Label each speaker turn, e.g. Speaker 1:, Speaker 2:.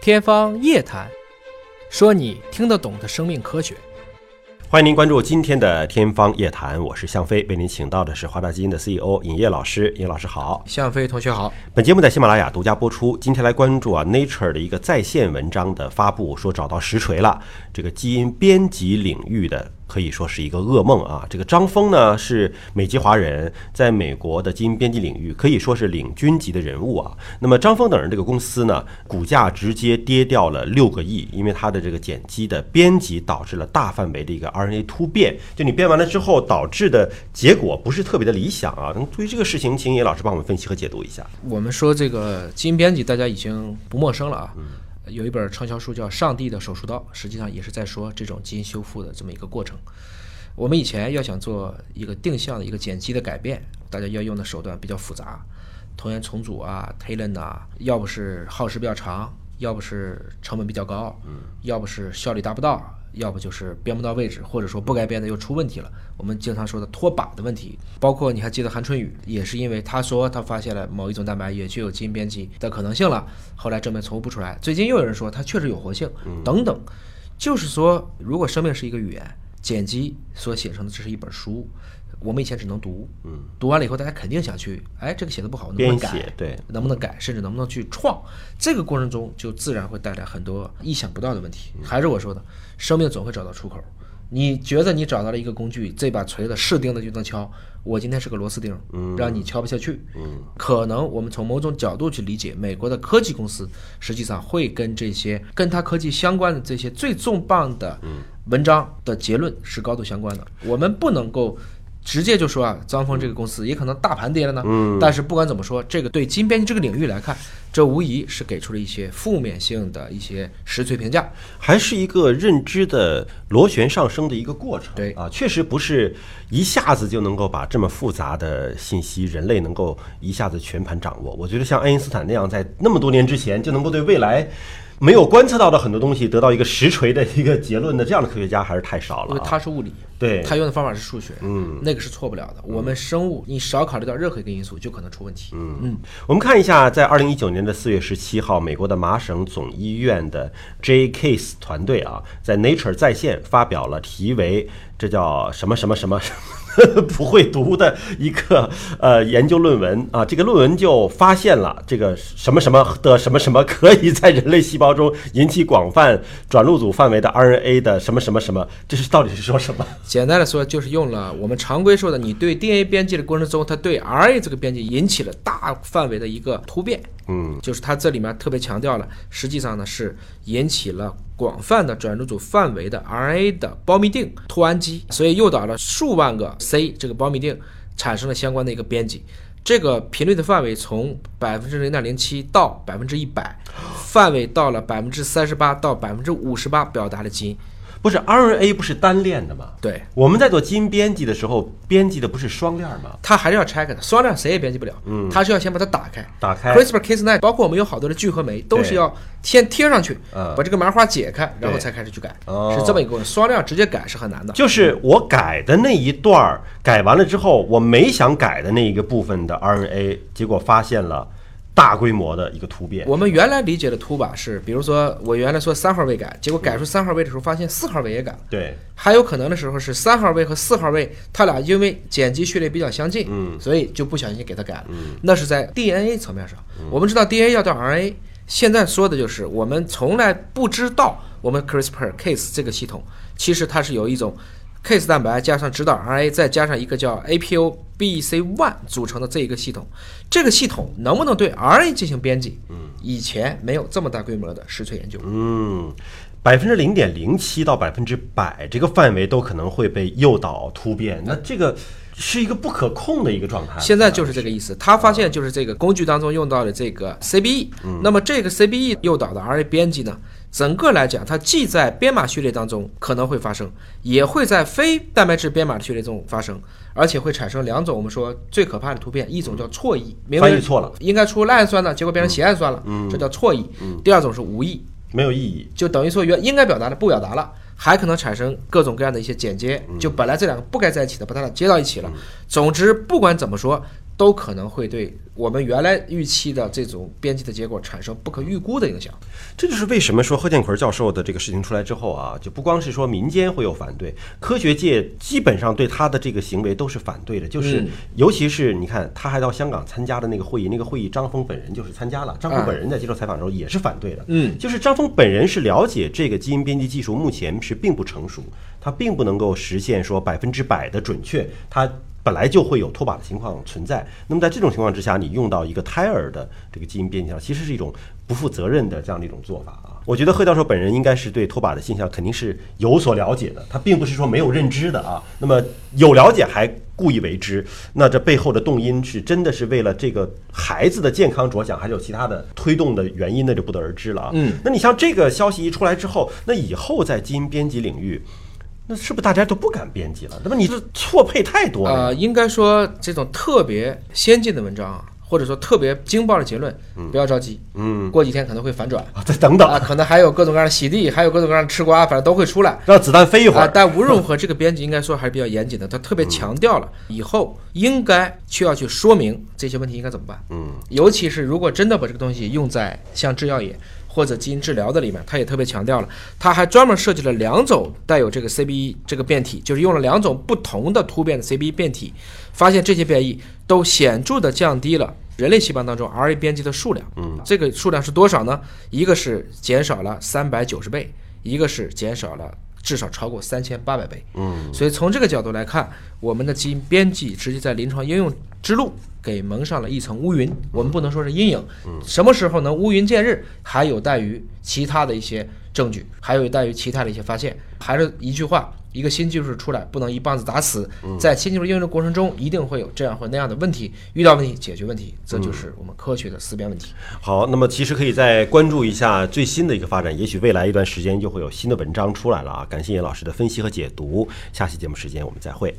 Speaker 1: 天方夜谭，说你听得懂的生命科学。
Speaker 2: 欢迎您关注今天的《天方夜谭》，我是向飞，为您请到的是华大基因的 CEO 尹烨老师。尹老师好，
Speaker 1: 向飞同学好，
Speaker 2: 本节目在喜马拉雅独家播出。今天来关注啊，《Nature》的一个在线文章的发布，说找到实锤了，这个基因编辑领域的。可以说是一个噩梦啊！这个张峰呢是美籍华人，在美国的基因编辑领域可以说是领军级的人物啊。那么张峰等人这个公司呢，股价直接跌掉了六个亿，因为它的这个碱基的编辑导致了大范围的一个 RNA 突变，就你编完了之后导致的结果不是特别的理想啊。那么对于这个事情，请野老师帮我们分析和解读一下。
Speaker 1: 我们说这个基因编辑，大家已经不陌生了啊。有一本畅销书叫《上帝的手术刀》，实际上也是在说这种基因修复的这么一个过程。我们以前要想做一个定向的一个碱基的改变，大家要用的手段比较复杂，同源重组啊、TALEN 啊，要不是耗时比较长，要不是成本比较高，要不是效率达不到，要不就是编不到位置，或者说不该编的又出问题了。我们经常说的脱靶的问题，包括你还记得韩春雨，也是因为他说他发现了某一种蛋白也具有基因编辑的可能性了，后来证明重复不出来。最近又有人说它确实有活性，等等。就是说，如果生命是一个语言，剪辑所写成的这是一本书，我们以前只能读，嗯，读完了以后，大家肯定想去，哎，这个写的不好，能不能
Speaker 2: 编
Speaker 1: 改？
Speaker 2: 写对，
Speaker 1: 能不能改，甚至能不能去创，这个过程中就自然会带来很多意想不到的问题。还是我说的，生命总会找到出口。你觉得你找到了一个工具，这把锤子是钉的就能敲，我今天是个螺丝钉，让你敲不下去。可能我们从某种角度去理解，美国的科技公司实际上会跟这些跟它科技相关的这些最重磅的文章的结论是高度相关的。我们不能够直接就说啊，张峰这个公司也可能大盘跌了呢。嗯，但是不管怎么说，这个对基因编辑这个领域来看，这无疑是给出了一些负面性的一些实锤评价。
Speaker 2: 还是一个认知的螺旋上升的一个过程。
Speaker 1: 对
Speaker 2: 啊，确实不是一下子就能够把这么复杂的信息，人类能够一下子全盘掌握。我觉得像爱因斯坦那样，在那么多年之前就能够对未来。没有观测到的很多东西，得到一个实锤的一个结论的这样的科学家还是太少
Speaker 1: 因
Speaker 2: 了、
Speaker 1: 为
Speaker 2: 啊。
Speaker 1: 它是物理，
Speaker 2: 对
Speaker 1: 它用的方法是数学，嗯，那个是错不了的。我们生物，你少考虑到任何一个因素，就可能出问题。嗯，
Speaker 2: 我们看一下，在二零一九年的四月十七号，美国的麻省总医院的 J.K.S 团队啊，在 Nature 在线发表了题为“这叫什么什么什么”。 不会读的一个呃研究论文啊，这个论文就发现了这个什么什么的什么什么可以在人类细胞中引起广泛转录组范围的 RNA 的什么什么什么，这是到底是说什么？
Speaker 1: 简单的说，就是用了我们常规说的，你对 DNA 编辑的过程中，它对 RNA 这个编辑引起了大范围的一个突变。嗯，就是它这里面特别强调了，实际上呢是引起了广泛的转录组范围的 RNA 的胞嘧啶突氨基，所以诱导了数万个 C 这个胞嘧啶产生了相关的一个编辑。这个频率的范围从百分之零点零七到百分之一百，范围到了百分之三十八到百分之五十八，表达了基因。
Speaker 2: 不是 RNA 不是单链的吗？
Speaker 1: 对，
Speaker 2: 我们在做基因编辑的时候，编辑的不是双链吗？
Speaker 1: 它还是要拆开的，双链谁也编辑不了，嗯，它是要先把它打开。
Speaker 2: 打开
Speaker 1: CRISPR-Cas9，包括我们有好多的聚合酶，都是要先贴上去，
Speaker 2: 嗯
Speaker 1: 把这个麻花解开，然后
Speaker 2: 对
Speaker 1: 才开始去改，
Speaker 2: 哦
Speaker 1: 是这么一个过程。双链直接改是很难的。
Speaker 2: 就是我改的那一段儿，改完了之后，我没想改的那一个部分的 RNA，结果发现了大规模的一个突变。
Speaker 1: 我们原来理解的突靶是，比如说我原来说三号位改，结果改出三号位的时候，发现四号位也改了。
Speaker 2: 对，
Speaker 1: 还有可能的时候是三号位和四号位，它俩因为碱基序列比较相近，嗯，所以就不小心给它改了。那是在 DNA 层面上，我们知道 DNA 要到 RNA，现在说的就是我们从来不知道我们 CRISPR-Cas 这个系统，其实它是有一种 Cas 蛋白加上指导 RNA，再加上一个叫 APOBEC1 组成的这一个系统，这个系统能不能对 RNA 进行编辑？嗯，以前没有这么大规模的实锤研究。
Speaker 2: 嗯，百分之零点零七到百分之百这个范围都可能会被诱导突变，那这个是一个不可控的一个状态。
Speaker 1: 现在就是这个意思。他发
Speaker 2: 嗯
Speaker 1: 现就是这个工具当中用到的这个 CBE，、那么这个 CBE 诱导的 RNA 编辑呢，整个来讲，它既在编码序列当中可能会发生，也会在非蛋白质编码的序列中发生，而且会产生两种我们说最可怕的突变，一种叫错译，明
Speaker 2: 嗯翻
Speaker 1: 明
Speaker 2: 译错了，嗯
Speaker 1: 应该出赖氨酸的，结果变成斜氨酸了，这叫错译。第二种是无译，
Speaker 2: 没有意义。
Speaker 1: 就等于说原应该表达的不表达了，还可能产生各种各样的一些剪接，就本来这两个不该在一起的，把它俩接到一起了。总之，不管怎么说，都可能会对我们原来预期的这种编辑的结果产生不可预估的影响。
Speaker 2: 这就是为什么说贺建奎教授的这个事情出来之后啊，就不光是说民间会有反对，科学界基本上对他的这个行为都是反对的。就是
Speaker 1: 嗯
Speaker 2: 尤其是你看，他还到香港参加的那个会议，那个会议张峰本人就是参加了，张峰
Speaker 1: 啊
Speaker 2: 本人在接受采访的时候也是反对的。
Speaker 1: 嗯
Speaker 2: 就是张峰本人是了解这个基因编辑技术目前是并不成熟，它并不能够实现说百分之百的准确，它本来就会有脱靶的情况存在。那么在这种情况之下，你用到一个胎儿的这个基因编辑上，其实是一种不负责任的这样的一种做法啊。我觉得贺教授本人应该是对脱靶的现象肯定是有所了解的，他并不是说没有认知的啊。那么有了解还故意为之，那这背后的动因是真的是为了这个孩子的健康着想，还是有其他的推动的原因，那就不得而知了啊。
Speaker 1: 嗯，
Speaker 2: 那你像这个消息一出来之后，那以后在基因编辑领域，那是不是大家都不敢编辑了？那么你这错配太多了呀。
Speaker 1: 呃，应该说这种特别先进的文章啊，或者说特别惊爆的结论，不要着急，
Speaker 2: 嗯，
Speaker 1: 过几天可能会反转
Speaker 2: 啊再等等，
Speaker 1: 啊，可能还有各种各样的洗地，还有各种各样的吃瓜，反正都会出来。
Speaker 2: 让子弹飞一会
Speaker 1: 啊，
Speaker 2: 儿。
Speaker 1: 但无论如何，这个编辑应该说还是比较严谨的。他特别强调了
Speaker 2: 嗯
Speaker 1: 以后应该需要去说明这些问题应该怎么办。
Speaker 2: 嗯，
Speaker 1: 尤其是如果真的把这个东西用在像制药业或者基因治疗的里面，他也特别强调了。他还专门设计了两种带有这个 CBE 这个变体，就是用了两种不同的突变的 CBE 变体，发现这些变异都显著的降低了。人类细胞当中 RNA 编辑的数量，嗯，这个数量是多少呢？一个是减少了三百九十倍，一个是减少了至少超过三千八百倍。嗯，所以从这个角度来看，我们的基因编辑直接在临床应用之路给蒙上了一层乌云，我们不能说是阴影。什么时候能乌云见日，还有待于其他的一些证据，还有待于其他的一些发现。还是一句话。一个新技术出来，不能一棒子打死。在新技术应用的过程中，一定会有这样或那样的问题，遇到问题解决问题，这就是我们科学的思辨问题。
Speaker 2: 好，那么其实可以再关注一下最新的一个发展，也许未来一段时间就会有新的文章出来了啊。感谢叶老师的分析和解读，下期节目时间我们再会。